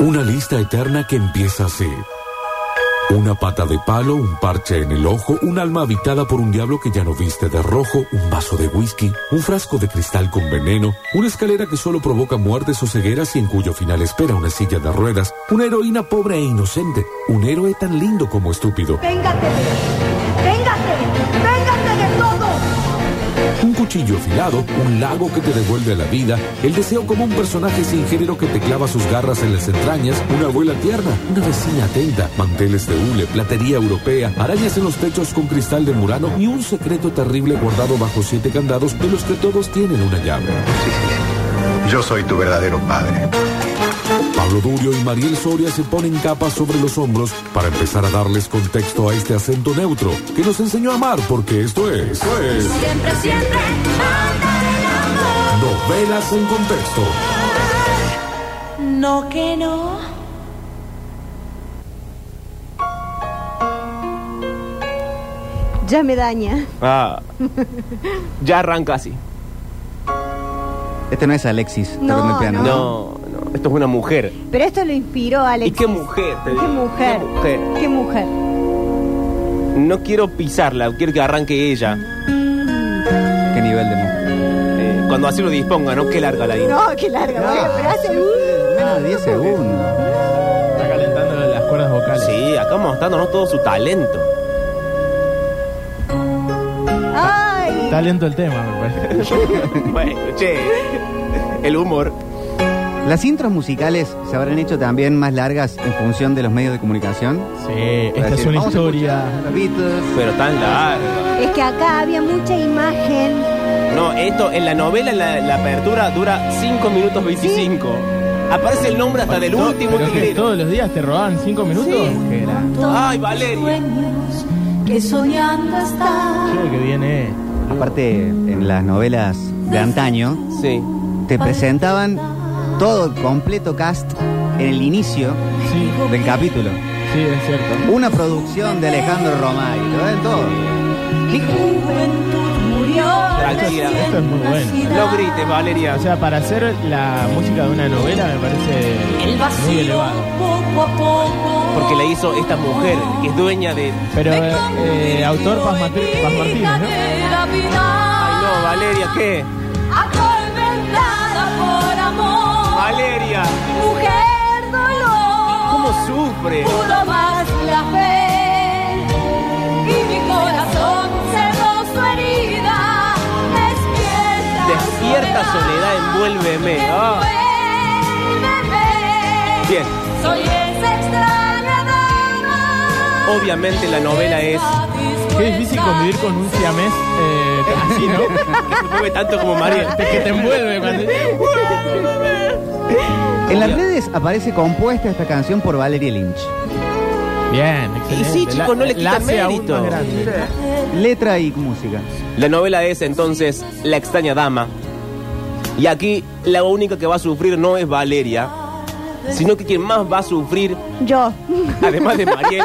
Una lista eterna que empieza así. Una pata de palo, un parche en el ojo, un alma habitada por un diablo que ya no viste de rojo, un vaso de whisky, un frasco de cristal con veneno, una escalera que solo provoca muertes o cegueras y en cuyo final espera una silla de ruedas, una heroína pobre e inocente, un héroe tan lindo como estúpido. Véngate, véngate, véngate de todo. Un cuchillo afilado, un lago que te devuelve a la vida, el deseo como un personaje sin género que te clava sus garras en las entrañas, una abuela tierna, una vecina atenta, manteles de hule, platería europea, arañas en los techos con cristal de murano y un secreto terrible guardado bajo siete candados de los que todos tienen una llave. Yo soy tu verdadero padre. Pablo Durio y Mariel Soria se ponen capas sobre los hombros para empezar a darles contexto a este acento neutro que nos enseñó a amar porque esto es... esto es Siempre, siempre, Novelas en contexto. No que no. Ya me daña. Ah. Ya arranca así. Este no es Alexis, No, tocando el piano. No, no. Esto es una mujer. Pero esto lo inspiró Alex. ¿Y qué mujer? Qué te digo? mujer. Qué mujer. Qué mujer. No quiero pisarla, quiero que arranque ella. Qué nivel de mujer. Eh, cuando así lo disponga, ¿no? Qué larga la guita. No, qué larga. bueno, pero hace. Ah, Menos de 10 segundos. Está calentando las cuerdas vocales. Sí, acá mostrándonos todo su talento. Ay. Está lento el tema, me parece. Bueno, che. El humor. Las intros musicales se habrán hecho también más largas en función de los medios de comunicación. Sí, esta es decir, una vamos a escuchar a historia. los Beatles. Pero tan larga. Es que acá había mucha imagen. No, esto en la novela, la, la apertura dura 5 minutos 25. Aparece el nombre hasta del No, último pero que tirero. todos los días te roban 5 minutos. Qué gran- Ay, Valeria. Sueños que soñando está. Che, que viene. Aparte, en las novelas de antaño, Sí. te presentaban todo el completo cast en el inicio Sí, del capítulo. sí, es cierto. Una producción de Alejandro Romay, lo ven todo. Mi juventud murió. Tranquila, recién esto es muy bueno. nacida. No grites, Valeria. O sea, para hacer la música de una novela me El parece muy vacío elevado. poco a poco. Porque la hizo esta mujer, que es dueña de. Pero eh, eh, autor Paz, Mate- Paz Martínez, ¿no? Ay, no, Valeria, ¿qué? Atormentada por amor. Valeria, Mujer dolor. ¿cómo sufre? Pudo más la fe y mi corazón cerró su herida. Despierta, Despierta soledad, envuélveme. Ah. Envuélveme. Bien. Soy esa extraña dama. Obviamente la novela es. Está Qué difícil convivir con un siamés eh, así, ¿no? que se mueve tanto como Mariel. Te- que te envuelve cuando... En las redes aparece compuesta esta canción por Valerie Lynch. Bien, excelente. Y sí, chicos, no le La- la quitan hace aún mérito. más grande. Letra y música. La novela es entonces La extraña dama. Y aquí la única que va a sufrir no es Valeria, sino que quien más va a sufrir, Yo. además de Mariel,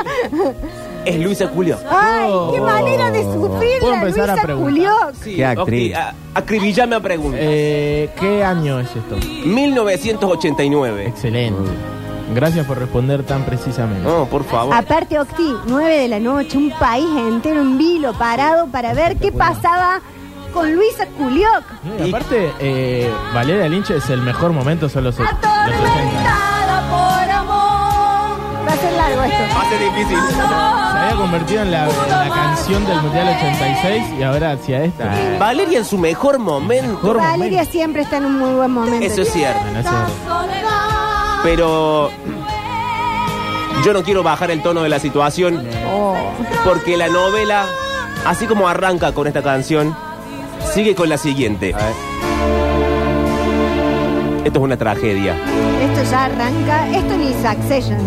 es Luisa Julio. Ay, Oh. qué manera de sufrir Puedo la empezar a Luisa preguntar. Julio. Sí, Qué actriz. ok, a- acribillame a pregunta. Eh, ¿Qué año es esto? 1989. Excelente. Gracias por responder tan precisamente. No, por favor. Aparte, Octi, 9 de la noche, un país entero en vilo, parado para ver qué pasaba con Luisa Culioc. No, y aparte, eh, Valeria Lynch es el mejor momento, son los, los 80. Atormentada por amor. Va a ser largo esto. Hace difícil. Se había convertido en la, en la canción del Mundial 86 y ahora hacia este. esta. Valeria en su mejor momento. Mejor Valeria siempre está en un muy buen momento. Eso es cierto. Bueno, eso- Soledad. Pero yo no quiero bajar el tono de la situación Oh. porque la novela, así como arranca con esta canción, sigue con la siguiente. Esto es una tragedia. Esto ya arranca, esto ni Succession.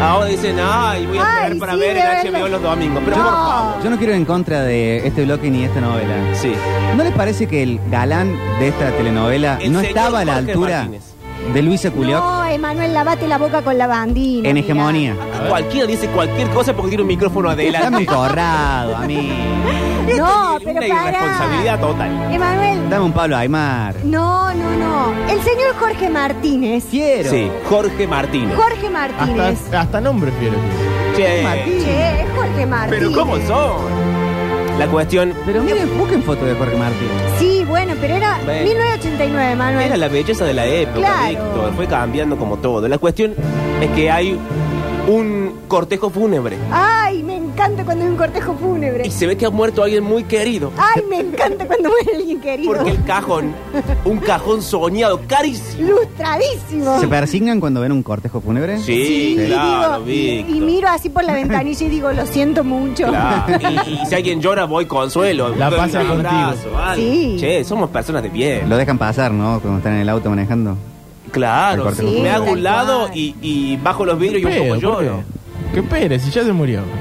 Ahora dicen, ay, voy a esperar Ay, para sí, ver de el HBO verdad. los domingos. Pero No. por favor. Yo no quiero ir en contra de este bloque ni de esta novela. Sí. ¿No les parece que el galán de esta telenovela El no señor estaba a la Jorge altura Martínez. de Luisa Culioc No, Emanuel, lavate la boca con la bandina. en mirá. hegemonía. Cualquiera dice cualquier cosa porque tiene un micrófono Dame un adelante. corrado, a mí. No, Tiene pero una para. irresponsabilidad total. Emanuel, Dame un Pablo Aymar. no, no, no. El señor Jorge Martínez. Quiero. Sí, Jorge Martínez. Jorge Hasta, Martínez. hasta nombre fiero. tiene. Che, Che, Jorge Martínez. Pero ¿cómo son? La cuestión Pero miren, busquen foto de Jorge Martínez. Sí, bueno, pero era Bueno. 1989, Manuel. era la belleza de la época, Claro. Víctor. Fue cambiando como todo. La cuestión es que hay un cortejo fúnebre. Ay, me encanta cuando hay un cortejo fúnebre. Y se ve que ha muerto alguien muy querido. Ay, me encanta cuando muere alguien querido. Porque el cajón, un cajón soñado, carísimo. Lustradísimo. ¿Se persignan cuando ven un cortejo fúnebre? Sí, y claro, digo- y- Víctor. y, miro así por la ventanilla y digo, lo siento mucho. Claro. Y, y si alguien llora, voy consuelo. La Doy pasa un contigo. abrazo, algo. Sí. Che, somos personas de bien. Lo dejan pasar, ¿no? Cuando están en el auto manejando. El Claro, corte sí, con me fúnebre. hago a un Tal lado cual. y, y bajo los vidrios y un poco Pero, ¿por lloro. qué? Qué pere, si ya se murió.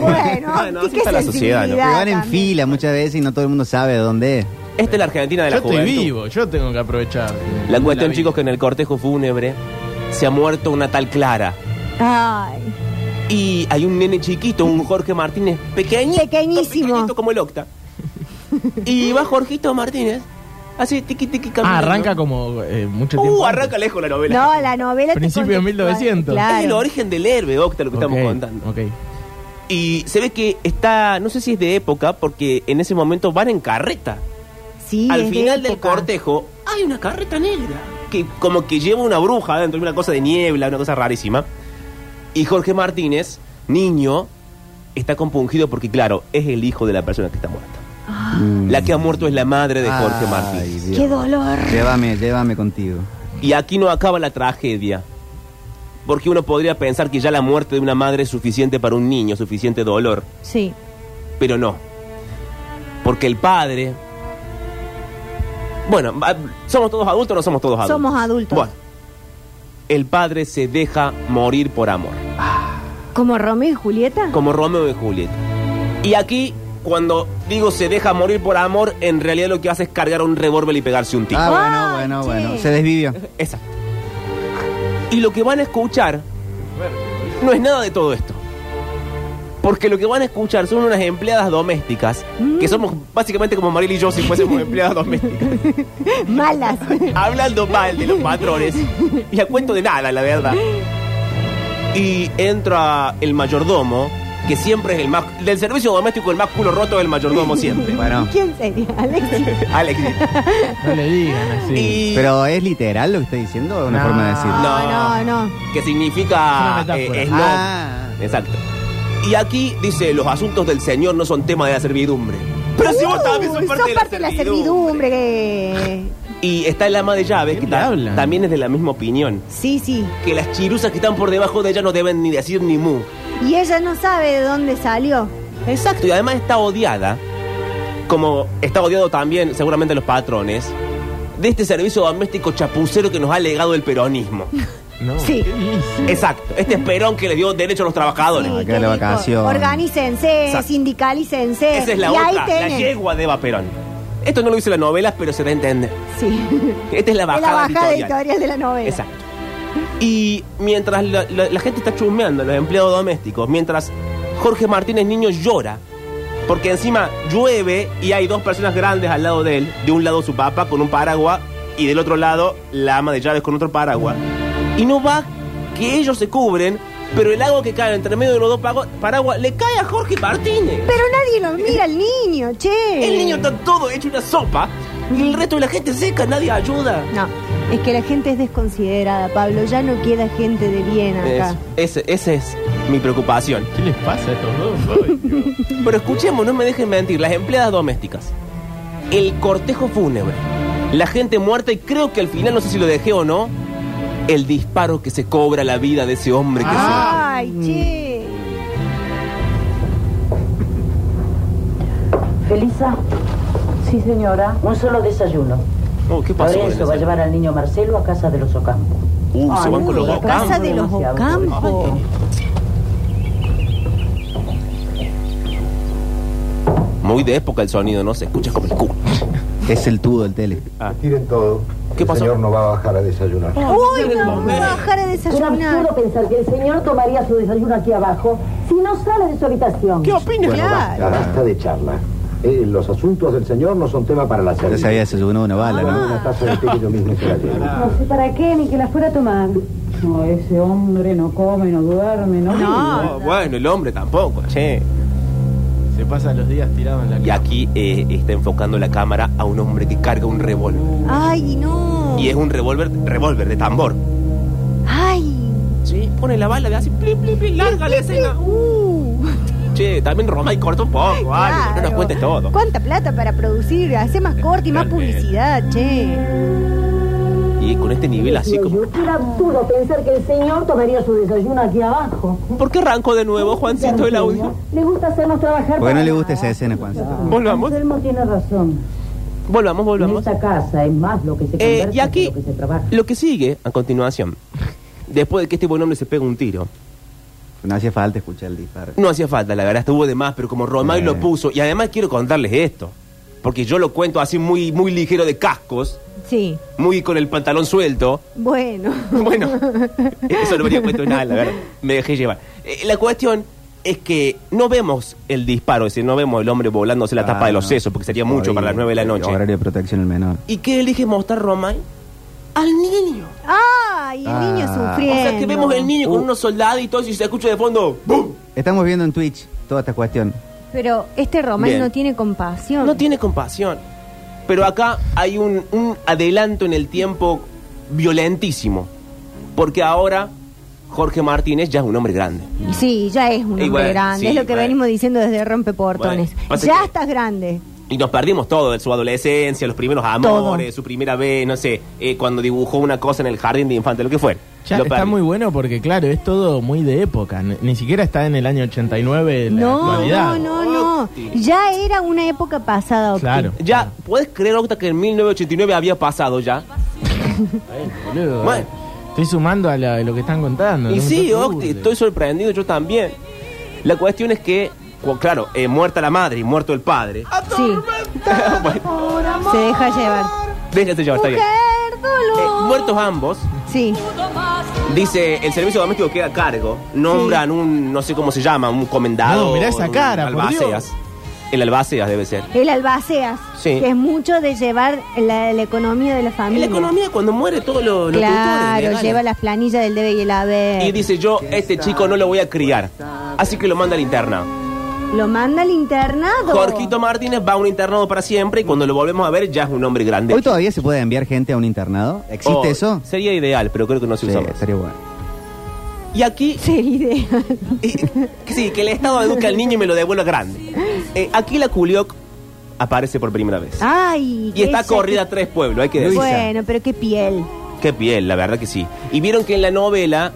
Bueno, Bueno, ¿y así qué está la sociedad, Ah, sensibilidad ¿no? Pero van en también. fila muchas veces y no todo el mundo sabe dónde es. Esta es la Argentina de la Yo estoy juventud. vivo, yo tengo que aprovechar. La cuestión, vida. chicos, que en el cortejo fúnebre se ha muerto una tal Clara. Ay, Y hay un nene chiquito, un Jorge Martínez, pequeñito. Pequeñísimo. pequeñito como el octa. Y va Jorgito Martínez, así tiqui tiqui caminando. Ah, arranca como eh, mucho tiempo. Uh, antes. arranca lejos la novela. no, la novela. te Principio de contextualiza, 1900. Es el Claro. origen del héroe, Octa, lo que Ok, estamos contando. Ok. Y se ve que está, no sé si es de época, porque en ese momento van en carreta. Sí, Al es de final del época. cortejo hay una carreta negra que como que lleva una bruja dentro de una cosa de niebla, una cosa rarísima. Y Jorge Martínez, niño, está compungido porque, claro, es el hijo de la persona que está muerta. La que ha muerto es la madre de Jorge Ay, Martínez. Dios. Qué dolor. Llévame, llévame contigo. Y aquí no acaba la tragedia. Porque uno podría pensar que ya la muerte de una madre es suficiente para un niño, suficiente dolor. Sí. pero no. Porque el padre. Bueno, va- ¿somos todos adultos o no somos todos adultos? Somos adultos. Bueno, el padre se deja morir por amor, ¿Como Romeo y Julieta? como Romeo y Julieta. Y aquí, cuando digo se deja morir por amor, en realidad lo que hace es cargar un revólver y pegarse un tiro. Ah, Ah, bueno, bueno, sí. bueno. Se desvivió. Exacto. Y lo que van a escuchar no es nada de todo esto. Porque lo que van a escuchar son unas empleadas domésticas, que somos básicamente como Mariel y yo si fuésemos empleadas domésticas, Malas. hablando mal de los patrones y a cuento de nada, la verdad. Y entra el mayordomo, que siempre es el más... Del servicio doméstico el más culo roto es el mayordomo siempre. Bueno. ¿Quién sería? Alexis. Alex. No le digan así. Y- Pero es literal lo que está diciendo o una No. forma de decirlo. No. No, no, no. que Es significa una metáfora. eh, snob. Ah. Exacto. Y aquí dice, los asuntos del Señor no son tema de la servidumbre. Pero si vos también sos Uy, parte, de, la servidumbre. servidumbre. que- Y está el ama de llaves, ¿Qué que le ta- hablan? también es de la misma opinión. Sí, sí. Que las chirusas que están por debajo de ella no deben ni decir ni mu. Y ella no sabe de dónde salió. Exacto. Y además está odiada, como está odiado también seguramente los patrones, de este servicio doméstico chapucero que nos ha legado el peronismo. No, Sí. ¿qué dice? Exacto. Este es Perón que le dio derecho a los trabajadores. acá Sí, la qué rico. vacación. Organícense, Exacto. sindicalícense. Esa es la y ahí otra, la tenés. yegua de Eva Perón. Esto no lo dice la novela, pero se da a entender. Sí. Esta es la Es bajada, la bajada editorial. editorial de la novela. Exacto. Y mientras la, la- la gente está chusmeando, los empleados domésticos, mientras Jorge Martínez Niño llora, porque encima llueve y hay dos personas grandes al lado de él, de un lado su papá con un paraguas y del otro lado la ama de llaves con otro paraguas. Y no va que ellos se cubren, pero el agua que cae entre medio de los dos pago- paraguas le cae a Jorge Martínez. Pero nadie lo mira al niño, che. El niño está todo hecho una sopa y el resto de la gente seca, nadie ayuda. No, es que la gente es desconsiderada, Pablo. Ya no queda gente de bien acá. Es- ese- esa es mi preocupación. ¿Qué les pasa a estos dos? Ay, Dios. Pero escuchemos, no me dejen mentir, las empleadas domésticas, el cortejo fúnebre, la gente muerta y creo que al final, no sé si lo dejé o no, el disparo que se cobra la vida de ese hombre que Ay, Ah. che. Felisa, Sí, señora. un solo desayuno. se... Oh, ¿Qué pasó? con Lorenzo va a ese? llevar al niño Marcelo a casa de los Ocampo. Uh, se Ay, van con los no, dos casa campos. Casa de los Ocampos. Muy de época el sonido, ¿no? Se escucha como el culo. Es el tubo del tele. Tiren todo. ¿Qué el pasó? señor no va a bajar a desayunar. Uy, no, no voy a bajar a Era absurdo desayunar. pensar que el señor tomaría su desayuno aquí abajo si no sale de su habitación. ¿Qué opinas? Bueno, basta, Claro. basta de charla. Eh, los asuntos del señor no son tema para la Ah, Ya se había charla. desayunado una bala, Bueno, ¿no? una taza de té que yo mismo se la llevo. No sé para qué, ni que la fuera a tomar. No, ese hombre no come, no duerme, no. No. No, bueno, el hombre tampoco, che. Se pasa los días tirado en la Y aquí eh, está enfocando la cámara a un hombre que carga un revólver. Ay, no. Y es un revólver, revólver de tambor. Ay. Sí, pone la bala de así, plim, plim, plim, larga la escena. Uh, Che, también Roma y corta un poco, algo, no claro. nos cuentes todo. ¿Cuánta plata para producir? Hace más corte y más Realmente. publicidad, che. Y con este nivel así como. Era absurdo pensar que el señor tomaría su desayuno aquí abajo. ¿Por qué arrancó de nuevo, Juancito, el audio? Le gusta hacernos trabajar. Porque no para le gusta esa nada. escena, Juancito. Volvamos, Anselmo tiene razón. volvamos, En volvamos. esta casa es más lo que se Eh, conversa y aquí- que lo que se trabaja. Lo que sigue a continuación, después de que este buen hombre se pega un tiro, No hacía falta escuchar el disparo. no hacía falta, la verdad, estuvo de más, pero como Romay Eh. lo puso, y además quiero contarles esto, porque yo lo cuento así muy, muy ligero de cascos, Sí. muy con el pantalón suelto. Bueno. Bueno, eso no me habría puesto nada, la verdad. Me dejé llevar. Eh, la cuestión es que no vemos el disparo, es decir, no vemos el hombre volándose la tapa de Ah, los sesos, porque sería mucho para las 9 de la noche. Horario de protección al menor. ¿Y qué elige mostrar Romay? Al niño. Ay, el niño Ah. O sufriendo. sea, que vemos el niño con unos soldados y todo, y se escucha de fondo ¡Bum! Estamos viendo en Twitch toda esta cuestión. Pero este Román Bien. no tiene compasión. No tiene compasión. Pero acá hay un, un adelanto en el tiempo violentísimo. Porque ahora Jorge Martínez ya es un hombre grande. Sí, ya es un Y hombre bueno, grande. sí, es lo que bueno. venimos diciendo desde Rompeportones. Bueno, pasa ya que- estás grande. Y nos perdimos todo de su adolescencia, los primeros amores, su primera vez, no sé, eh, cuando dibujó una cosa en el jardín de infantes, lo que fuera. Ya Lo está perdí. muy bueno porque, claro, es todo muy de época. Ni, ni siquiera está en el año 89 la No, actualidad. no, no, no. Octi. Ya era una época pasada, Octi. Claro. Ya, ¿puedes creer, Octa, que en 1989 había pasado ya? Boludo, Bueno. Estoy sumando a, la- a lo que están contando. Y no sí, Octi, te preocupes. estoy sorprendido, yo también. La cuestión es que, cu- claro, eh, muerta la madre y muerto el padre. Sí, bueno, se deja llevar. déjense llevar, está bien. Mujer, Eh, dolor. muertos ambos, Sí, dice, el servicio doméstico queda a cargo. Nombran un, no sé cómo se llama, un comendado. No, mirá esa un cara, por Albaceas. Dios. El albaceas debe ser. el albaceas. Sí. Que es mucho de llevar la, la economía de la En familia. la economía, cuando muere, todos los los tutores Claro, legales. lleva las planillas del debe y el haber. Y dice yo, este chico no lo voy a criar. Así que lo manda al internado. Lo manda al internado. Jorgito Martínez va a un internado para siempre y cuando lo volvemos a ver ya es un hombre grande. ¿Hoy todavía se puede enviar gente a un internado? ¿Existe Oh, eso? Sería ideal, pero creo que no se Sí, usa más. estaría bueno. Y aquí, Sería ideal. eh, sí, que el Estado eduque al niño y me lo devuelva grande. Eh, aquí la Culioc aparece por primera vez. Ah, Ay, Y está ella- corrida a tres pueblos, hay que decir. Bueno, pero qué piel. Qué piel, la verdad que sí. Y vieron que en la novela,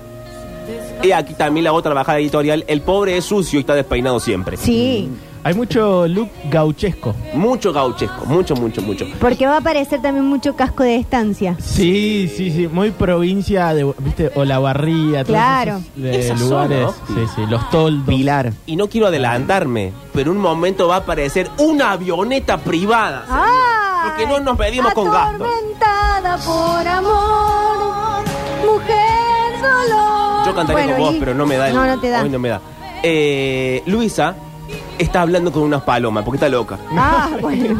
y aquí también la otra bajada editorial, el pobre es sucio y está despeinado siempre. Sí, Mm. Hay mucho look gauchesco. Mucho gauchesco, mucho, mucho, mucho. porque va a aparecer también mucho casco de estancia. Sí, sí, sí. Muy provincia de, viste, o la barría, todos Claro. esos, eh, Esa zona, lugares. ¿no? Sí, sí, los toldos. Pilar. Y no quiero adelantarme, pero en un momento va a aparecer una avioneta privada. ¡Ah! Porque no nos medimos con gastos. Atormentada por amor, mujer dolor. Yo cantaría Bueno, con vos, y- pero no me da. el- No, no te da. Hoy no me da. Eh, Luisa está hablando con unas palomas porque está loca. Ah, bueno.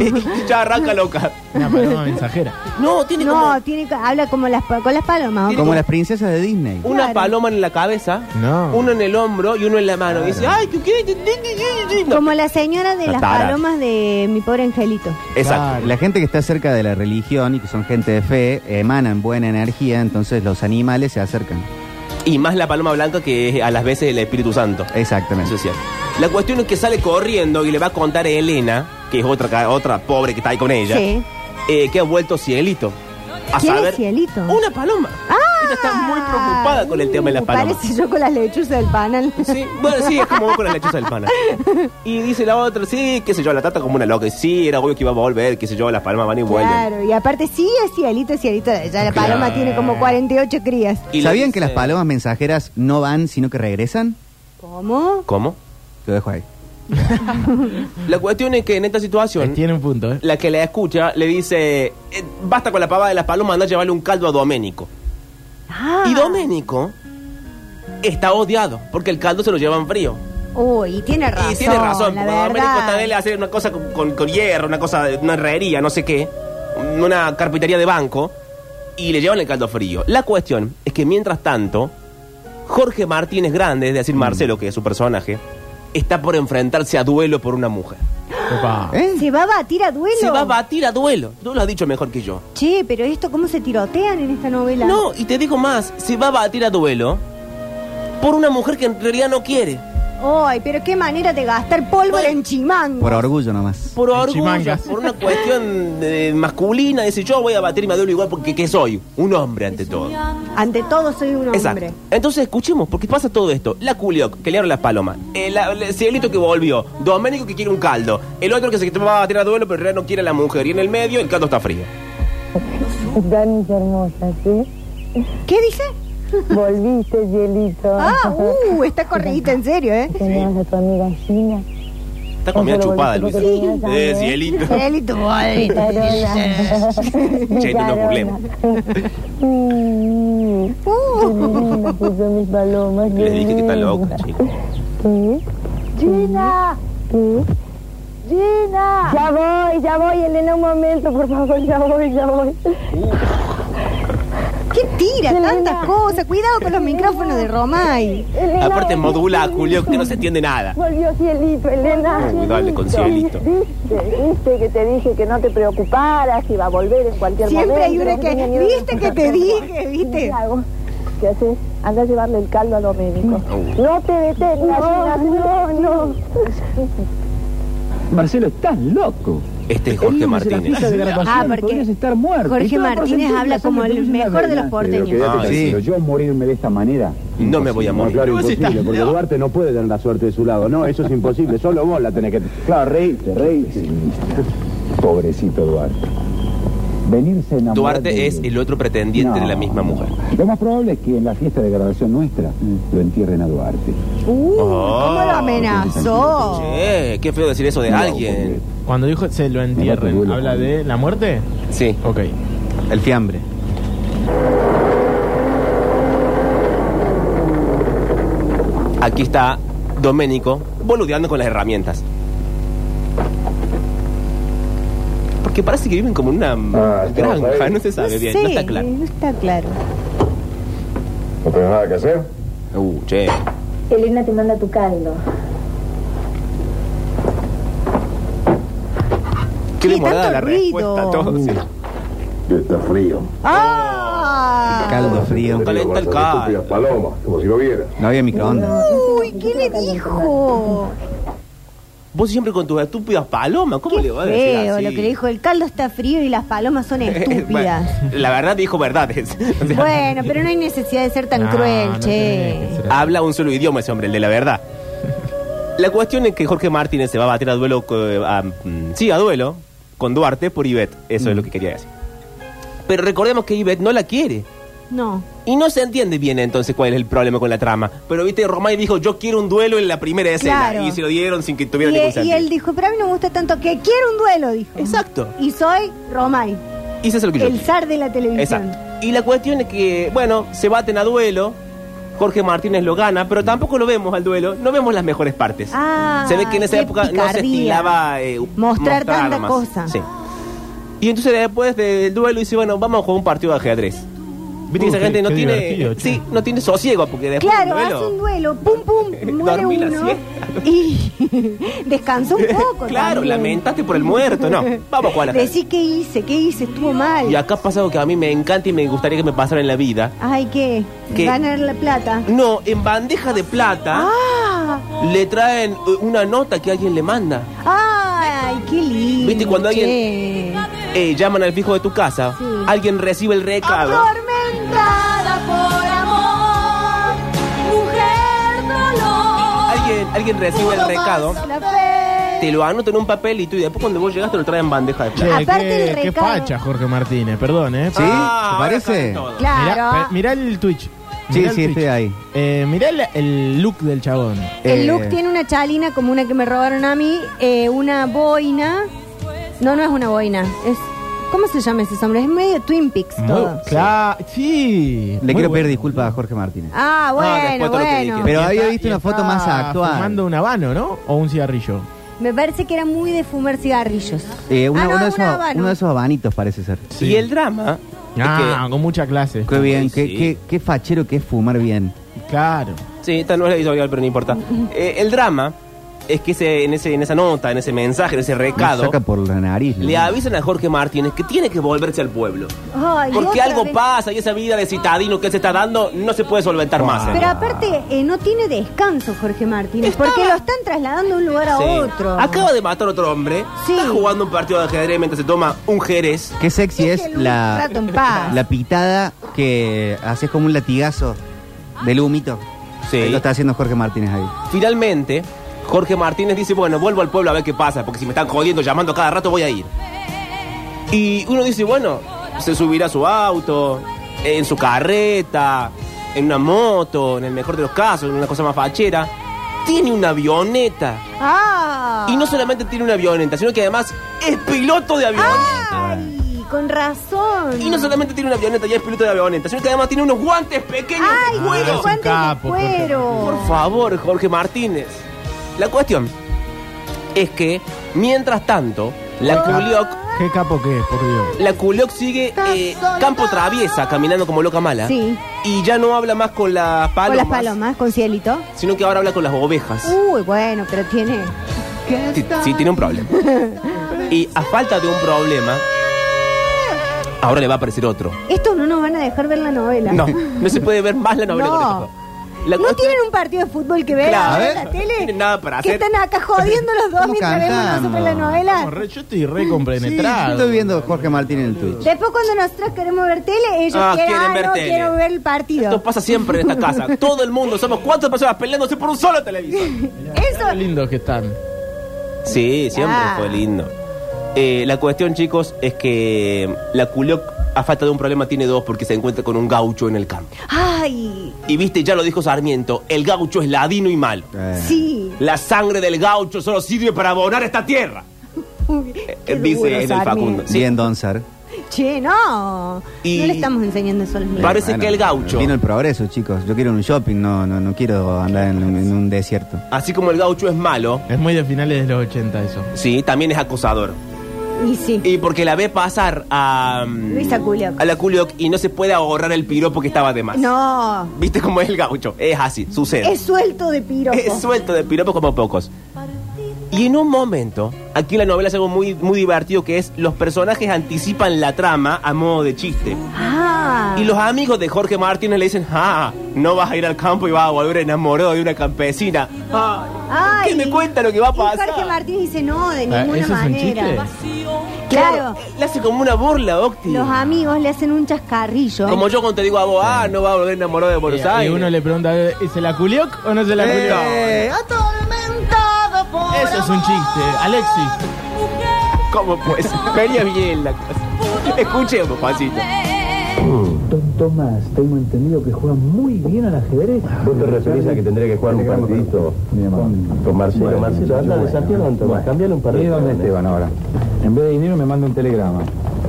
ya arranca loca. Una paloma mensajera. No, tiene No, como tiene, habla como las, pa- con las palomas. ¿o? Como las princesas de Disney. una claro. paloma en la cabeza, No. uno en el hombro y uno en la mano. Y dice, ay, ¿qué quieres? No. Como la señora de Una las tarada. palomas de mi pobre angelito. Exacto. Claro. La gente que está cerca de la religión y que son gente de fe emanan buena energía, entonces los animales se acercan. Y más la paloma blanca que es a las veces el Espíritu Santo. Eso Exactamente. es cierto. La cuestión es que sale corriendo y le va a contar a Elena, que es otra, ca- otra pobre que está ahí con ella, Sí. eh, que ha vuelto cielito. A ¿Quién es saber, Cielito? Una paloma. Ella está muy preocupada con el tema de las Uh, palomas. Parece yo con las lechuzas del panal. Sí, bueno, sí, es como vos con las lechuzas del pana. Y dice la otra, sí, qué sé yo, la trata como una loca. Y sí, era obvio que iba a volver, qué sé yo, las palmas van y vuelven. Claro, y aparte sí es cielito, es cielito. Ya la paloma tiene como 48 crías. Y le ¿Sabían dice- que las palomas mensajeras no van, sino que regresan? ¿Cómo? ¿Cómo? Lo dejo ahí. La cuestión es que en esta situación, Tiene un punto, ¿eh? la que la escucha le dice, "Eh, basta con la pavada de las palomas, anda a llevarle un caldo a Doménico. Ah. Y Doménico está odiado, porque el caldo se lo llevan frío. Uy, y tiene razón. y tiene razón, la porque Doménico verdad. también le hace una cosa con, con- con hierro, una cosa, de- una herrería, no sé qué, una carpintería de banco, y le llevan el caldo frío. La cuestión es que mientras tanto, Jorge Martínez Grande, es decir, Marcelo, que es su personaje, está por enfrentarse a duelo por una mujer. Opa. ¿Eh? ¿Se va a batir a duelo? Se va a batir a duelo. Tú lo has dicho mejor que yo. Che, pero esto, ¿cómo se tirotean en esta novela? No, y te digo más, se va a batir a duelo por una mujer que en realidad no quiere. Ay, pero qué manera de gastar pólvora en chimango. Por orgullo nomás. Por En orgullo, chimangas. por una cuestión eh, masculina, dice yo voy a batirme a duelo igual porque ¿qué soy? Un hombre ante todo. Ante todo soy un hombre. Exacto. Entonces escuchemos, porque pasa todo esto. La Culioc, que le dieron las palomas. El, el cielito que volvió. Doménico que quiere un caldo. El otro que se va a batir a duelo pero en realidad no quiere a la mujer. Y en el medio el caldo está frío. Tan hermosa, ¿sí? ¿Qué dice? Volviste, hielito. Ah, uh, está corridita en serio, ¿eh? Tenías a tu amiga Gina. Está comida chupada, Luis. Sí. Eh, cielito. Cielito, ay, Carona. Che, no nos burlemos. Mm, qué uh. linda puso mis palomas. qué Les dije que está linda. loca, chicos. ¿Qué? Gina. ¿Qué? Gina. Ya voy, ya voy, Elena, un momento, por favor, ya voy, ya voy. ¿Qué tira tantas cosas? Cuidado con los micrófonos de Romay. Elena, Aparte volvió modula a Culioc que no se Cielito. entiende nada. Volvió cielito, Elena. Uy, dale con cielito. Viste, viste que te dije que no te preocuparas, iba a volver en cualquier Siempre momento. hay una no que, tenía miedo. viste que te dije, ¿Qué viste. hago? ¿Qué haces? Anda a llevarle el caldo a los médicos. No te detengas. No, no, no. Marcelo, estás loco. Este es El Jorge lunes en la Martínez. fiesta de graduación Ah, porque podrías estar muerto. Jorge Y todo por Martínez sentir habla la como sangre el tuya en la mejor de los vena. Pero porteños. quédate Ah, tranquilo, sí. yo morirme de esta manera. No me voy a imposible. morir. No, claro, Vos imposible, estás porque loco. Duarte no puede tener la suerte de su lado. No, eso es imposible. Solo vos la tenés que. Claro, reíste, reíste. Pobrecito Duarte. Venirse a enamorar Duarte de- es el otro pretendiente de la misma mujer. Mm. Lo más probable es que en la fiesta de graduación nuestra lo entierren a Duarte. Uh, Oh. ¿cómo lo amenazó? Che, qué feo decir eso de alguien. Cuando dijo se lo entierren, duelo. ¿habla de la muerte? Sí. Ok. El fiambre. Aquí está Doménico boludeando con las herramientas. Porque parece que viven como en una Ah, esto no granja, sabe. no se sabe bien, sé, no está claro. Oh. No está claro. ¿No tenés nada que hacer? Uh, che. Elena te manda tu caldo. Qué Sí, demorada tanto la ruido. respuesta a todo. sí. Está frío. ¡Ah! Caldo frío. Calenta el caldo. palomas, como si lo vieras. No había microondas. Uy, ¿qué le dijo? Vos siempre con tus estúpidas palomas, ¿cómo Qué le vas a decir feo así? lo que le dijo. El caldo está frío y las palomas son Bueno, estúpidas. la verdad dijo verdades. O sea, Bueno, pero no hay necesidad de ser tan No, cruel, no tenés que che. ser así. Habla un solo idioma ese hombre, el de la verdad. La cuestión es que Jorge Martínez se va a batir a duelo, eh, a, mm, sí, a duelo, con Duarte por Ivette. Eso es lo que quería decir. Pero recordemos que Ivette no la quiere. No. Y no se entiende bien entonces cuál es el problema con la trama. Pero viste, Romay dijo, yo quiero un duelo en la primera escena. Claro. Y se lo dieron sin que Y, e- tuviera ningún y sentido. él dijo, pero a mí no me gusta tanto que quiero un duelo, dijo. Exacto. Y soy Romay, Y eso es lo que yo el quiero. zar de la televisión. Exacto. Y la cuestión es que, bueno, se baten a duelo. Jorge Martínez lo gana, pero tampoco lo vemos al duelo. No vemos las mejores partes. Ah, se ve que en esa qué época no se picardía. estilaba eh, Mostrar tanta más. cosa. Sí. Y entonces después del duelo dice, bueno, vamos a jugar un partido de ajedrez. Viste Uh, que esa qué- gente no qué tiene, divertido, che. sí, no tiene sosiego porque después del Claro, duelo. hace un duelo, pum, pum, muere Dormí la uno siesta. y descansó un poco. claro, también. lamentaste por el muerto, no. Vamos a jugar al ajedrez. Decí qué hice, qué hice, estuvo mal. Y acá pasa algo que a mí me encanta y me gustaría que me pasara en la vida. Ay, ¿qué? ¿Qué? Ganar la plata. No, en bandeja de plata Ah, le traen eh, una nota que alguien le manda. Ah, ay, qué lindo. Viste, cuando alguien- che. Eh, llaman al fijo de tu casa, Sí. alguien recibe el recado. Atormentada por amor, mujer dolor. Alguien, alguien recibe el recado, La fe. te lo anotan en un papelito y después cuando vos llegas te lo traen en bandeja de Che, plata. Aparte qué, el qué recado. facha Jorge Martínez, perdón, ¿eh? ¿Sí? Ah, ¿Te ahora parece? saben todo. Mirá, Claro. pe- mirá el Twitch. Sí, Mirá el sí, estoy pitch. ahí. Eh, mirá el, el look del chabón. El Eh, look tiene una chalina como una que me robaron a mí, eh, una boina. No, no es una boina. Es ¿Cómo se llama ese sombrero? Es medio Twin Peaks todo. Muy- cla- sí. Le quiero pedir disculpas a Jorge Martínez. Ah, bueno, después todo lo que bueno. dije. Pero había visto una foto más actual. Fumando un habano, ¿no? O un cigarrillo. Me parece que era muy de fumar cigarrillos. Eh, una- Ah, no, uno, de un esos, habano. uno de esos habanitos parece ser. Y el drama. es Ah, con mucha clase. Qué bien, qué, sí. qué, qué fachero que es fumar bien. Claro. que- sí, esta no es la editorial, pero no importa. Eh, el drama es que ese, en, ese, en esa nota, en ese mensaje, en ese Me recado, saca por la nariz. le ¿no? avisan a Jorge Martínez que tiene que volverse al pueblo. Ay, Porque otra algo vez. pasa y esa vida de citadino que se está dando no se puede solventar más. ¿eh? Pero aparte, eh, no tiene descanso Jorge Martínez, porque lo están trasladando de un lugar a Sí. otro. Acaba de matar a otro hombre. Sí. Está jugando un partido de ajedrez mientras se toma un jerez. Qué sexy es Déjenlo un la, rato en paz. la pitada que haces como un latigazo del humito. Sí. Ahí Lo está haciendo Jorge Martínez ahí. Finalmente, Jorge Martínez dice, bueno, vuelvo al pueblo a ver qué pasa, porque si me están jodiendo, llamando cada rato, voy a ir. Y uno dice, bueno, se subirá a su auto, en su carreta, en una moto, en el mejor de los casos, en una cosa más fachera. Tiene una avioneta. Ah. Y no solamente tiene una avioneta, sino que además es piloto de avión. Ay, con razón. Y no solamente tiene una avioneta y es piloto de avioneta, sino que además tiene unos guantes pequeños Ay, de tiene cuero. es un guantes de capo, Jorge. cuero. Por favor, Jorge Martínez. La cuestión es que, mientras tanto, Ah. la Culioc, Qué capo que es, por Dios. la Culioc sigue eh, campo traviesa, caminando como loca mala. Sí. Y ya no habla más con las palomas, Con las palomas, con cielito. sino que ahora habla con las ovejas. Uy, bueno, pero tiene. Sí, sí, tiene un problema. Y a falta de un problema, ahora le va a aparecer otro. Estos no nos van a dejar ver la novela. No, no se puede ver más la novela No. con este esto. pues. La ¿No cuestión- tienen un partido de fútbol que ver Claro, ahora a en ver. la tele? No tienen nada para que hacer. están acá jodiendo los dos Estamos mientras vemos cantando. nosotros la Estamos novela. re- Yo estoy re Sí, yo compenetrado. estoy viendo a Jorge Martínez en el Twitch. Después cuando nosotros queremos ver tele, ellos Ah, quieren, quieren "Ah, ver no, tele". quiero ver el Esto partido. pasa siempre en esta casa. Todo el mundo, somos cuatro personas peleándose por un solo televisor. Eso. Qué lindos que están. Sí, siempre Ah. fue lindo. Eh, la cuestión, chicos, es que la Culioc, a falta de un problema, tiene dos porque se encuentra con un gaucho en el campo. Ay, Y viste, ya lo dijo Sarmiento, el gaucho es ladino y malo. Eh, sí. La sangre del gaucho solo sirve para abonar esta tierra. Uy, qué Eh, dice duro, en el Sarmiento. Facundo. Sí. Eh, Bien, Donzar. Che, no. Y- No le estamos enseñando eso a los niños. Parece que el gaucho. Vino el progreso, chicos. Yo quiero un shopping, no, no, no quiero andar en, en un desierto. Así como el gaucho es malo, Es muy de finales de los 80 eso. sí, también es acosador. Y sí. Y porque la ve pasar a. mm, Luisa Culioc. A la Culioc y no se puede ahorrar el piropo que estaba de más. No. ¿Viste cómo es el gaucho? Es así, sucede. Es suelto de piropo. Es suelto de piropos como pocos. Y en un momento, aquí en la novela es algo muy, muy divertido que es los personajes anticipan la trama a modo de chiste. Ah. Y los amigos de Jorge Martínez le dicen, ah, no vas a ir al campo y vas a volver enamorado de una campesina. Ah, Ay. ¿Qué me cuenta lo que va a Y pasar? Jorge Martín dice, no, de Ah, ninguna ¿eso es un manera. Claro, claro, Le hace como una burla, Octi. los amigos le hacen un chascarrillo. Como yo cuando te digo a vos, ah, no vas a volver enamorado de Buenos Y, y Aires. Eh. uno le pregunta, ¿eh, ¿se la culioc o no se la culió? Atormentado por Eso es un chiste, Alexis. ¿Cómo pues? Venía bien la cosa. Escuchemos, Juancito. Tomás, tengo entendido que juega muy bien al ajedrez. ¿Vos te referís a que tendré que jugar un partidito con Marcelo? Bueno, Marcelo, anda, Bueno, desafíalo, Tomás, bueno. cambiale un ¿Y partido. dónde Esteban ahora? En vez de dinero me manda un telegrama.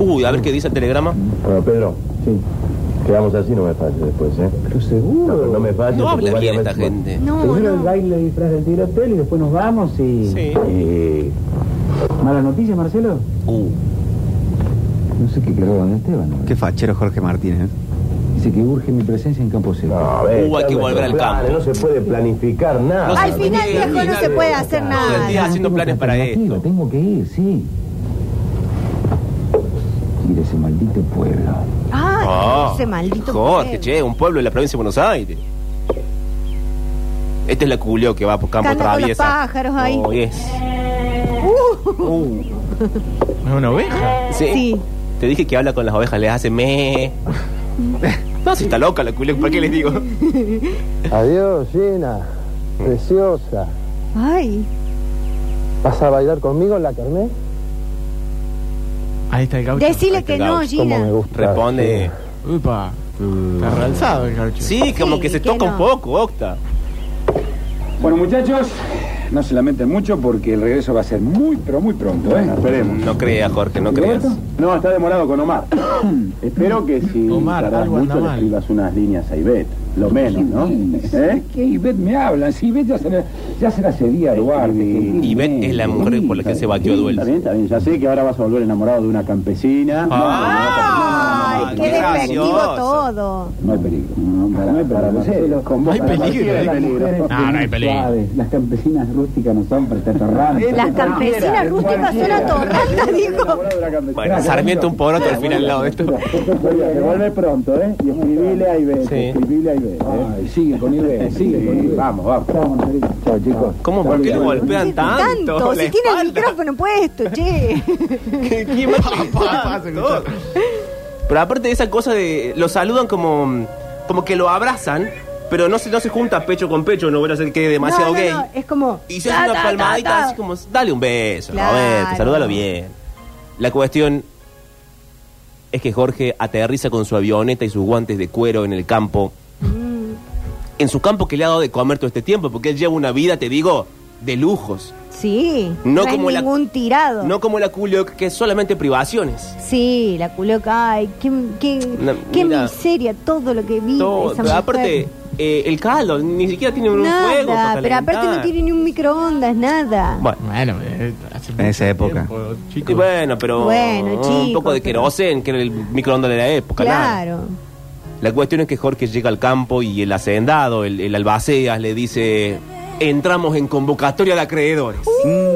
Uy, a ver qué dice el telegrama. Bueno, Pedro, sí. Quedamos así, no me falles después, ¿eh? Pero seguro. No, pero no me falles. No porque habla bien varias esta veces- gente. No, Primero el no. baile disfraz del tigre hotel y después nos vamos y... Sí. Y... ¿Mala noticia, Marcelo? Uh, No sé qué quedó don Esteban. Qué fachero Jorge Martínez. ¿eh? Dice que urge mi presencia en Campo Seco. No, a ver, Uh, hay que están volver al nuestros planes, campo. No se puede planificar No nada. se Al final, puede viejo, no mirar, se puede eh, hacer Todo el día nada. haciendo planes para esto. Tengo que ir, sí. Ir a ese maldito pueblo. Ah, Ah, ese maldito. Jorge, pueblo. che, un pueblo de la provincia de Buenos Aires. Esta es la culio que va por campo Canta con los traviesa. pájaros ahí. Oh, yes. Uh, Es una oveja. ¿sí? Sí. Te dije que habla con las ovejas, les hace me. No, si está loca la culio, ¿para qué les digo? Adiós, Gina. Preciosa. Ay, ¿Vas a bailar conmigo en la carnet? Ahí está el gaucho. decile que no, Gaucho, Gina. gusta. Responde. Upa. Está realzado el carcho. Sí, como que se toca un poco, Octa. Bueno, muchachos, no se lamenten mucho porque el regreso va a ser muy, pero muy pronto, ¿eh? Esperemos. No creas, Jorge, no creas. No, está demorado con Omar. Espero que si Omar, tardás algo anda mucho le mal. escribas unas líneas a Ivette. Lo menos, ¿no? ¿Eh? ¿Qué Ivette me hablan? Si Ivette ya se la, ya se la cedí a Duarte. Ivette es la mujer por la que se batió duelo. Está bien, está bien. Ya sé que ahora vas a volver enamorado de una campesina. Ah, Ay, qué despectivo gracioso. todo. No hay peligro. No, para, para, Marcelo, con vos- No hay para cualquiera peligro, no de hay las peligro. mujeres No, no hay peligro. suaves, Las campesinas rústicas no son preterrantes. Las campesinas rústicas son atorrantes, dijo. enamorado de una campesina. Bueno, Sarmiento un poroto al final al lado de esto. Oye, que vuelve pronto, ¿eh? Y escribile a Ivette. Sí. Escribile a Ivette. ¿eh? Ay, sigue con Ivette, sigue con Ivette. Vamos, vamos. Chao, Marcelito. Chao, chicos. ¿Cómo? ¿Por qué lo golpean tanto? Tanto, la si tiene el espalda? micrófono puesto, che. ¿Qué- qué más que pa, tanto? se escucha. Pero aparte de esa cosa de. Lo saludan como. Como que lo abrazan, pero no se, no se junta pecho con pecho, no voy a hacer que quede No, demasiado no, gay. no, es como, Y se ta, hace una ta, ta, palmadita ta. así como. Dale un beso, Claro. Roberto, salúdalo bien. La cuestión. Es que Jorge aterriza con su avioneta y sus guantes de cuero en el campo. Mm. En su campo que le ha dado de comer todo este tiempo, porque él lleva una vida, te digo, de lujos. Sí, No no, como es la- ningún tirado. No como la culio que es solamente privaciones. Sí, la culoca, ay, qué, qué, No, qué mira. miseria todo lo que vi. Todo, esa pero mujer. aparte, eh, el caldo, ni siquiera tiene un fuego. Nada, para pero aparte no calentar. tiene ni un microondas, nada. Bueno, Bueno, eh, hace En esa mucho época. tiempo, chicos. y bueno, pero Bueno, un poco chicos, de pero- querosén, que era el microondas de la época. nada. claro. La cuestión es que Jorge llega al campo y el hacendado, el, el albaceas, le dice: Entramos en convocatoria de acreedores.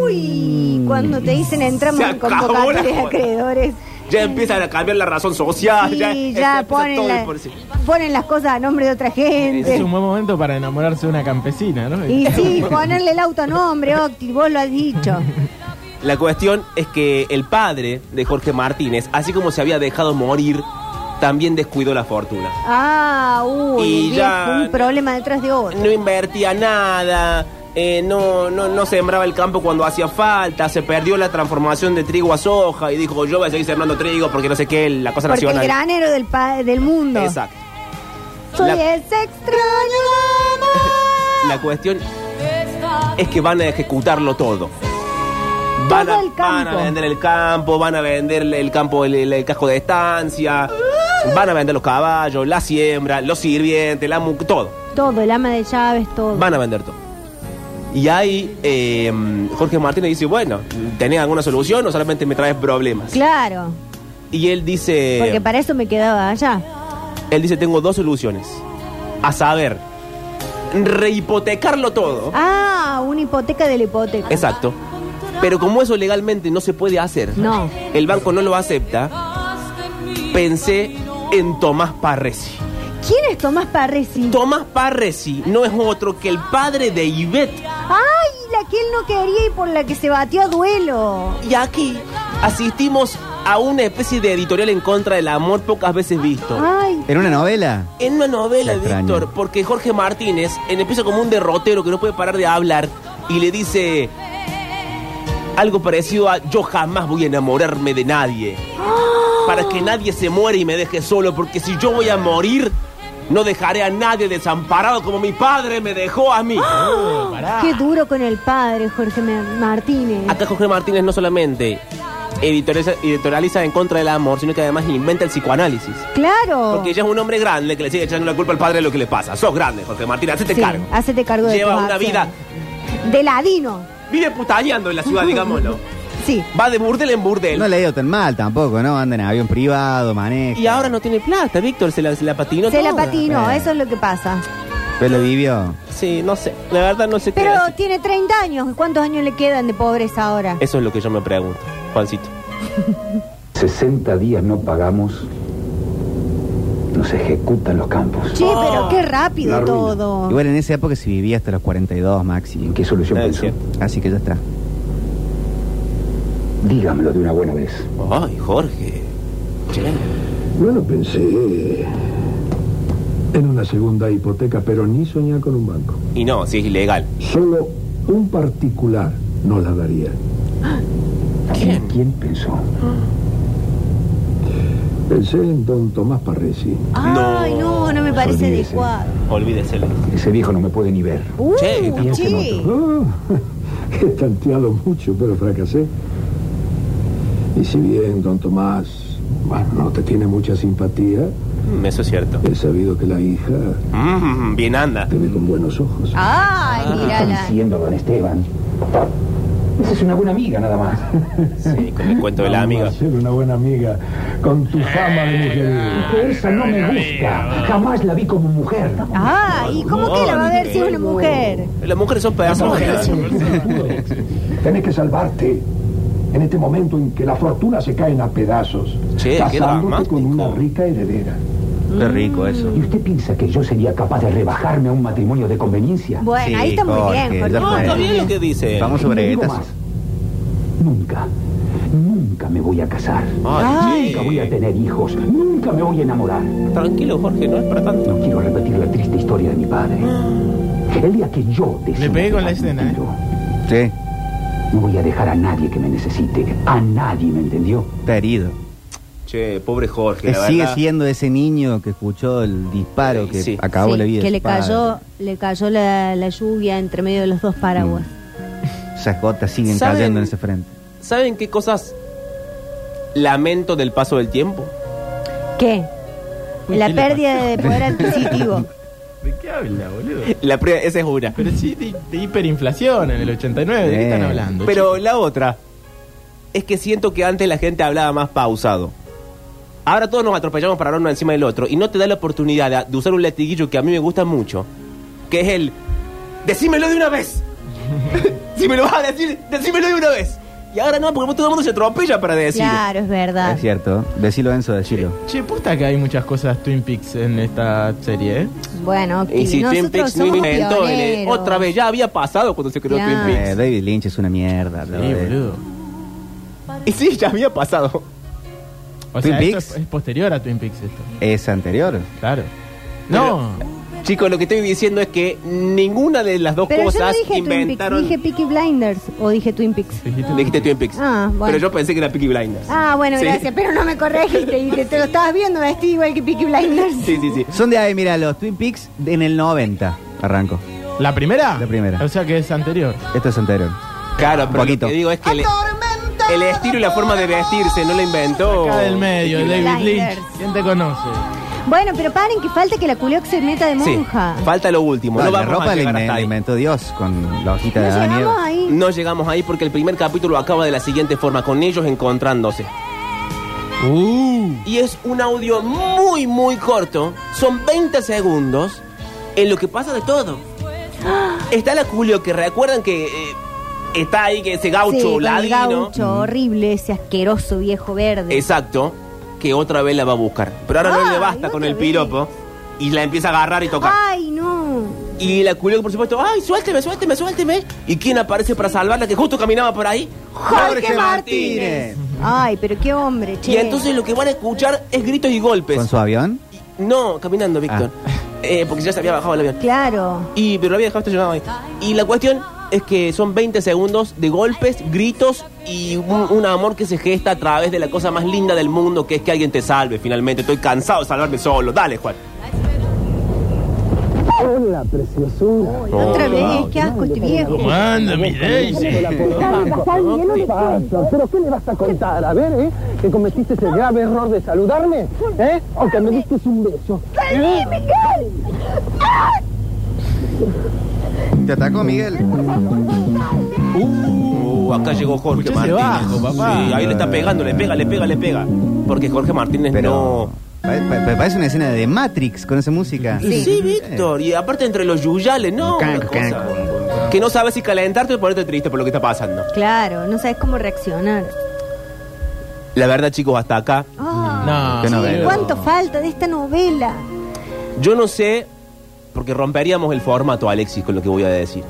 Uy, cuando te dicen entramos Se en acabó la convocatorias de joda. acreedores. Ya empiezan a cambiar la razón social. Sí, Ah, ya, ya, empieza todo ponen, el la- por- sí. ponen las cosas a nombre de otra Es gente. un buen momento para enamorarse de una campesina, ¿no? Y sí, ponerle el auto a nombre, Octi, vos lo has dicho. La cuestión es que el padre de Jorge Martínez, así como se había dejado morir, también descuidó la fortuna. Ah, uy, Y el ya- viejo, un problema detrás de otro. no invertía nada, eh, no, no, no sembraba el campo cuando hacía falta, se perdió la transformación de trigo a soja y dijo yo voy a seguir sembrando trigo porque no sé qué, la cosa Porque el nacional. granero del, pa- del mundo. Exacto. Soy La- ese extraño amor. La cuestión es que van a ejecutarlo todo. Van a, Todo el van a campo. vender el campo, van a vender el- el campo, el, el- el casco de estancia, van a vender los caballos, la siembra, los sirvientes, la mu- todo. Todo, el ama de llaves, todo. van a vender todo. Y ahí eh, Jorge Martínez dice, bueno, ¿tenés alguna solución o solamente me traes problemas? Claro, Y él dice, porque para eso me quedaba allá. él dice, tengo dos soluciones. A saber, rehipotecarlo todo. Ah, una hipoteca de la hipoteca. Exacto. Pero como eso legalmente no se puede hacer, No. el banco no lo acepta, pensé en Tomás Parresi. ¿Quién es Tomás Parresi? Tomás Parresi no es otro que el padre de Ivette Ay, la que él no quería y por la que se batió a duelo. Y aquí asistimos a una especie de editorial en contra del amor pocas veces visto. Ay, ¿Era una novela? En una novela, Qué extraño. Víctor, porque Jorge Martínez en- empieza como un derrotero que no puede parar de hablar y le dice algo parecido a yo jamás voy a enamorarme de nadie. Para que nadie se muera y me deje solo, porque si yo voy a morir, no dejaré a nadie desamparado como mi padre me dejó a mí. qué duro con el padre, Jorge Ma- Martínez. Acá Jorge Martínez no solamente editorializa, editorializa en contra del amor, sino que además inventa el psicoanálisis. Claro. Porque ella es un hombre grande que le sigue echando la culpa al padre de lo que le pasa. Sos grande, Jorge Martínez, hacete Sí, cargo. hacete cargo de Lleva tus una vida, acciones. De ladino. vive putañando en la ciudad, digámoslo. Sí. Va de burdel en burdel. No le ha ido tan mal tampoco, ¿no? Anda en avión privado, maneja. y ahora no tiene plata, Víctor, se la, se la patinó se la toda. patinó, Bueno. eso es lo que pasa. Pero lo vivió. Sí, no sé, la verdad no sé qué Pero decir. tiene 30 años. ¿Cuántos años le quedan de pobreza ahora? Eso es lo que yo me pregunto, Juancito. 60 días no pagamos, nos ejecutan los campos. Che, pero qué rápido la ruina. todo. Igual en esa época se vivía hasta los 42 máximo. ¿Qué solución Ah, es pensó? cierto. Así que ya está. Dígamelo de una buena vez. Ay, Jorge. Che. Bueno, pensé en una segunda hipoteca, pero ni soñar con un banco. Y no, si es ilegal. Solo un particular no la daría. ¿Quién? ¿Quién pensó? Pensé en don Tomás Parresi. Ay, no, no me parece Olvídese. adecuado. Olvídese. Ese viejo no me puede ni ver. Uh, eh. Che, che. Oh, he tanteado mucho, pero fracasé. Y si bien don Tomás, bueno, no te tiene mucha simpatía, Mm, Eso es cierto. he sabido que la hija Mm, bien anda. te ve con buenos ojos. Ay, está mírala. diciendo don Esteban? Esa es una buena amiga nada más. Sí, con el cuento de la Vamos amiga. Eh. a ser una buena amiga con tu fama de mujer. Que esa no me gusta. Jamás la vi como mujer. Ay, ¿y cómo que la va a ver si es una mujer? Las mujeres son pedazos. de Tenés que salvarte en este momento en que la fortuna se caen a pedazos. Che, qué casándote dramático. con una rica heredera. Mm. Qué rico eso. ¿Y usted piensa que yo sería capaz de rebajarme a un matrimonio de conveniencia? Bueno, Sí, ahí está muy Jorge, bien, ya Jorge. No, Ah, está bien lo que dice. Vamos Y sobre le digo estas. más. Nunca, nunca me voy a casar. Ay, Nunca voy a che. tener hijos. Nunca me voy a enamorar. Tranquilo, Jorge, no es para tanto. No quiero repetir la triste historia de mi padre. El día que yo decida Le pegué con la pegarme un escena, ¿eh? tiro, Sí, No voy a dejar a nadie que me necesite. A nadie, ¿me entendió? está herido. Che, pobre Jorge, Que Eh, la sigue verdad. siendo ese niño que escuchó el disparo que Sí. acabó Sí, la vida. que de le su padre. cayó, le cayó la, la lluvia entre medio de los dos paraguas. Esas gotas siguen ¿Saben? cayendo en ese frente. ¿Saben qué cosas lamento del paso del tiempo? ¿Qué? Uy, La ¿qué le pérdida de poder adquisitivo. ¿De qué habla, boludo? La pre- esa es una. Pero sí, de, de hiperinflación en el 89, ¿de qué Eh. están hablando? Pero la otra es que siento que antes la gente hablaba más pausado. Ahora todos nos atropellamos para hablar uno encima del otro y no te da la oportunidad de- de usar un latiguillo que a mí me gusta mucho, que es el decímelo de una vez. si me lo vas a decir, decímelo de una vez. Y ahora no, porque todo el mundo se atropella para decir. Claro, es verdad. Es cierto. Decilo, Enzo, decilo. Che, posta que hay muchas cosas Twin Peaks en esta serie, ¿eh? Bueno, Y si Twin nosotros Peaks no somos inventó en el- eh, pioneros. otra vez, ya había pasado cuando se creó Claro. Twin Peaks. Eh, David Lynch es una mierda. Sí, bro, eh. boludo. Y sí, ya había pasado. O ¿Twin sea, esto Peaks? es, es posterior a Twin Peaks esto. Es anterior. Claro. No. Chicos, lo que estoy diciendo es que ninguna de las dos Pero yo no cosas dije inventaron. Twin Peaks, dije Peaky Blinders o dije Twin Peaks. Dijiste- Dijiste Twin Peaks. Ah, bueno. Pero yo pensé que era Peaky Blinders. Ah, bueno, Sí. gracias, pero no me corregiste y te, te lo estabas viendo, vestí igual que Peaky Blinders. Sí, sí, sí. Son de ahí, mira, los Twin Peaks de- en el 90. Arranco. ¿La primera? La primera. O sea que es anterior. Esto es anterior. Claro, pero Poquito. lo que digo es que el, el estilo y la forma de vestirse no lo inventó. Acá del medio, Peaky David Blinders. Lynch. ¿Quién te conoce? Bueno, pero paren que falta que la culioc se meta de Sí, monja. falta lo último. No, No, la vamos ropa a la llegar inven- hasta la ahí. inventó Dios con la hojita No de Adán y llegamos Eva. ahí. No llegamos ahí porque el primer capítulo acaba de la siguiente forma, con ellos encontrándose. Y es un audio muy, muy corto. Son 20 segundos en lo que pasa de todo. Está la Julio, que recuerdan que eh, está ahí, que ese Sí, gaucho con el ladino. Mm. gaucho horrible, ese asqueroso viejo verde. Exacto, que otra vez la va a buscar. Pero ahora no Ay, le basta con otra el vez. Ah. piropo y la empieza a agarrar y tocar. Ay, no. Y la culio, por supuesto, ¡ay, suélteme, suélteme, suélteme! ¿Y quién aparece para salvarla que justo caminaba por ahí? Jorge Martínez. Ay, pero qué hombre, che. Y entonces lo que van a escuchar es gritos y golpes. ¿Con su Ah. avión? No, caminando, Víctor. Eh, porque ya se había bajado el avión. Claro. Y, pero lo había dejado estacionado ahí. Y la cuestión es que son 20 segundos de golpes, gritos y un, un amor que se gesta a través de la cosa más linda del mundo, que es que alguien te salve finalmente. Estoy cansado de salvarme solo. Dale, Juan. Hola, preciosura. Otra vez, qué asco este viejo. ¿Cómo anda mi Daisy? ¿Qué le pasa? ¿Pero qué le vas a contar? A ver, ¿eh? ¿Que cometiste ese grave error de saludarme? ¿Eh? ¿O que me diste un beso? ¿Eh? ¿Te atacó, Miguel? Uh, acá llegó Jorge Escuchá ese Martínez. bajo, papá. Sí, ahí le está pegando, le pega, le pega, le pega. Porque Jorge Martínez Pero. pa- pa- pa- Parece una escena de Matrix con esa música. no. Sí, Víctor. Y aparte entre los yuyales, no. Can, una can, cosa. Que no sabes si calentarte o ponerte triste por lo que está pasando. Claro, no sabes cómo reaccionar. La verdad, chicos, hasta acá. Ah, No. Qué novela. ¿Cuánto falta de esta novela? Yo no sé, porque romperíamos el formato, Alexis, con lo que voy a decir.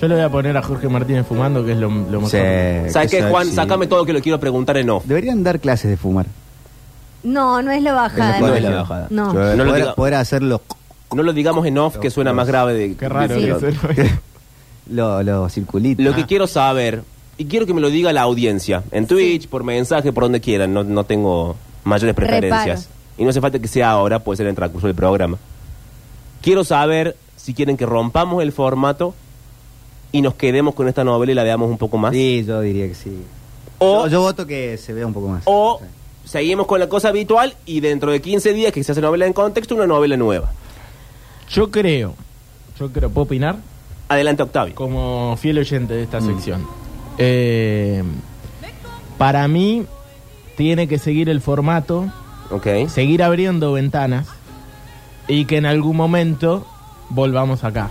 Yo le voy a poner a Jorge Martínez fumando, que es lo, lo mejor. Sí, ¿Sabes qué, Juan? sexy. Sácame todo que lo quiero preguntar en off. Deberían dar clases de fumar. No, no es la bajada. No Colegio. es la bajada. No. Yo- No lo poder, diga- poder hacerlo. No lo digamos en off, que suena más grave de, Qué raro de- que Ah. de- se lo vea. Lo, lo circulito. Lo que quiero saber, y quiero que me lo diga la audiencia, en Twitch, por mensaje, por donde quieran, no, no tengo mayores preferencias. Reparo. Y no hace falta que sea ahora, puede ser en el transcurso del programa. Quiero saber si quieren que rompamos el formato y nos quedemos con esta novela y la veamos un poco más. Sí, yo diría que sí. O, yo, yo voto que se vea un poco más. o seguimos con la cosa habitual y dentro de 15 días que se hace novela en contexto, una novela nueva. Yo creo, yo creo, ¿puedo opinar? Adelante, Octavio. Como fiel oyente de esta Mm. sección. Eh, para mí, tiene que seguir el formato, Ok. seguir abriendo ventanas y que en algún momento volvamos acá.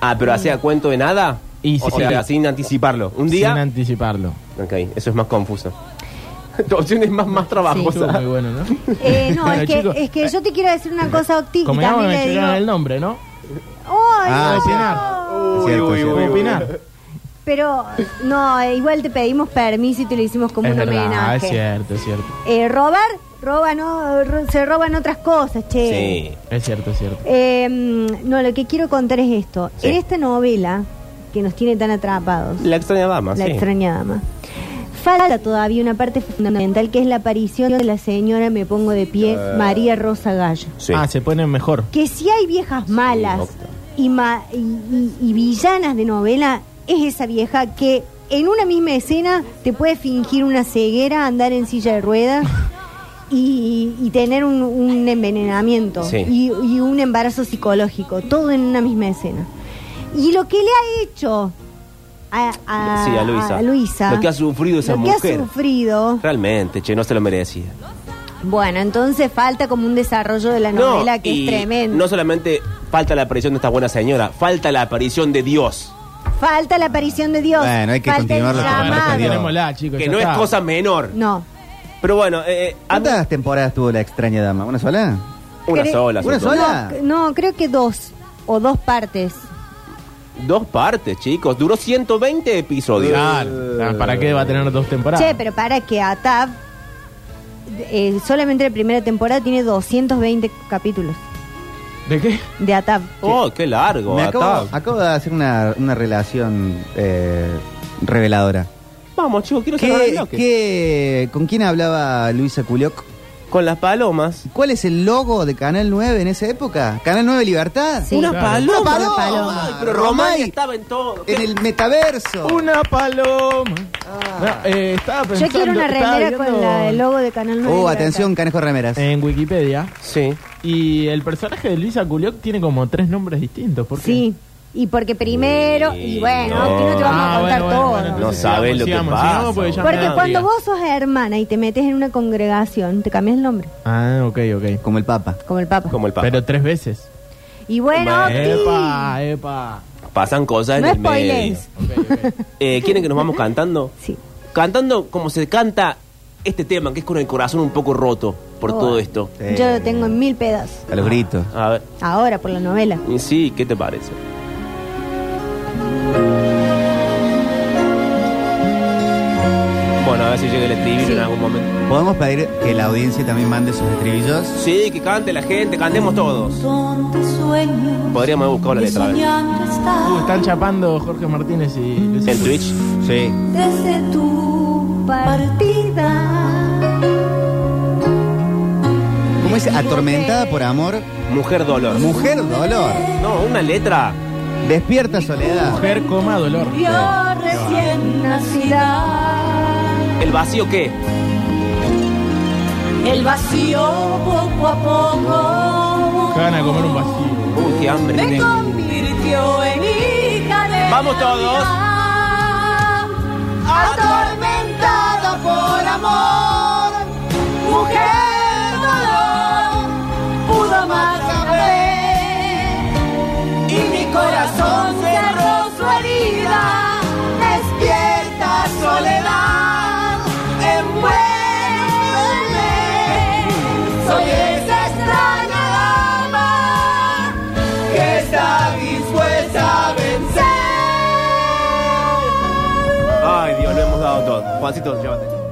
Ah, pero hacía cuento de nada. Y o sí. sea, sin anticiparlo. Un Sin día. anticiparlo. Ok, eso es más confuso. tu opción es más, más trabajosa. Estuvo muy bueno, ¿no? Eh, no, Bueno, es, que, chicos, es que yo te quiero decir una cosa, Octi, y Convengamos también le mencionar digo... el nombre, ¿no? ¡Ay, Ah, no! opinar. Es cierto, es cierto. ¿Puedo opinar? Pero, no, eh, igual te pedimos permiso y te lo hicimos como es un verdad, es homenaje. cierto, es cierto. Eh, robar, roban, o- ro- se roban otras cosas, che. Sí. Es cierto, es cierto. Eh, mm, no, lo que quiero contar es esto. Sí. En esta novela, que nos tiene tan atrapados, La extraña dama, La sí. extraña dama, falta todavía una parte fundamental que es la aparición de la señora, me pongo de pie, Ah. María Rosa Gallo. Sí. Ah, se ponen mejor. Que si hay viejas malas Octa. y, ma- y, y- y villanas de novela, es esa vieja que en una misma escena te puede fingir una ceguera, andar en silla de ruedas. Y, y tener un, un envenenamiento Sí. y, y un embarazo psicológico, todo en una misma escena. Y lo que le ha hecho a, a- Sí, a Luisa. a Luisa, Lo que ha sufrido esa lo que mujer. ha sufrido, Realmente, che, no se lo merecía. bueno, entonces falta como un desarrollo de la novela que y es tremendo. No solamente falta la aparición de esta buena señora, falta la aparición de Dios. Falta la aparición de Dios. Bueno, hay que falta el continuar la llamado. temporada que viene. Tenémosla, chicos. que ya no está. es cosa menor. No. Pero bueno, eh, a mí- ¿Cuántas temporadas tuvo la extraña dama? ¿Una sola? una Cre- sola. ¿Una sobre sola? todo. Ah. No, creo que dos o dos partes. Dos partes, chicos. Duró 120 episodios. Claro, claro, Ah, ¿Para qué va a tener dos temporadas? Che, pero para que Atab eh, solamente la primera temporada tiene 220 capítulos ¿De qué? de Atab. Oh, qué largo. Me acabo, Atab. acabo de hacer una, una relación eh, reveladora. Vamos, chicos, quiero cerrar el ¿Qué, bloque. qué- con quién hablaba Luisa Culioc? Con las palomas. ¿Cuál es el logo de Canal 9 en esa época? ¿Canal 9 Libertad? Sí. Una Claro. paloma. Una paloma. Ay, pero Romay. Román estaba en todo. En el metaverso. Una paloma. No, eh, estaba Ah. Yo pensando, quiero una estaba remera con viendo la- el logo de Canal 9. Oh, atención, Canejo Remeras. En Wikipedia. Sí. Y el personaje de Luisa Culioc tiene como tres nombres distintos. ¿Por qué? Sí. Y porque primero, y bueno, No. que no te vamos a Ah, contar bueno, bueno, todo. bueno, entonces No sabés sigamos, lo que sigamos, pasa. sigamos, porque ya me porque da cuando intriga. vos sos hermana y te metes en una congregación, te cambias el nombre, Ah, ok, ok. Como el Papa. como el Papa. Como el papá. Pero tres veces. Y bueno, Octi, Epa, epa. Pasan cosas no en el medio. spoilers. Ok, ok. Eh, ¿Quieren que nos vamos cantando? Sí. Cantando como se canta este tema, que es con el corazón un poco roto por Oh. todo esto. Sí. Yo lo tengo en mil pedazos. A los gritos. A ver. Ahora por la novela. Y Sí, ¿qué te parece? Bueno, a ver si llega el estribillo Sí. en algún momento. ¿Podemos pedir que la audiencia también mande sus estribillos? Sí, que cante la gente, cantemos todos. Donde sueño Podríamos haber buscado la que letra. a ver. soñando Uh, está están chapando Jorge Martínez y Luisa En Culioc. Twitch. Sí. desde tu partida. ¿Cómo es? Atormentada por amor. Mujer Dolor. Mujer dolor. No, una letra. Despierta soledad. Mujer, coma, dolor. Yo recién nacida, ¿El vacío qué? el vacío poco a Que poco van a comer un vacío. Uy, qué hambre. me tengo. convirtió en hija de Vamos todos. Navidad. atormentada por amor, mujer dolor, pudo más saber y mi corazón cerró su herida, despierta soledad, envuélveme, soy esa extraña dama que está dispuesta a vencer. Ay, Dios, lo hemos dado todo. Juancito, llévate.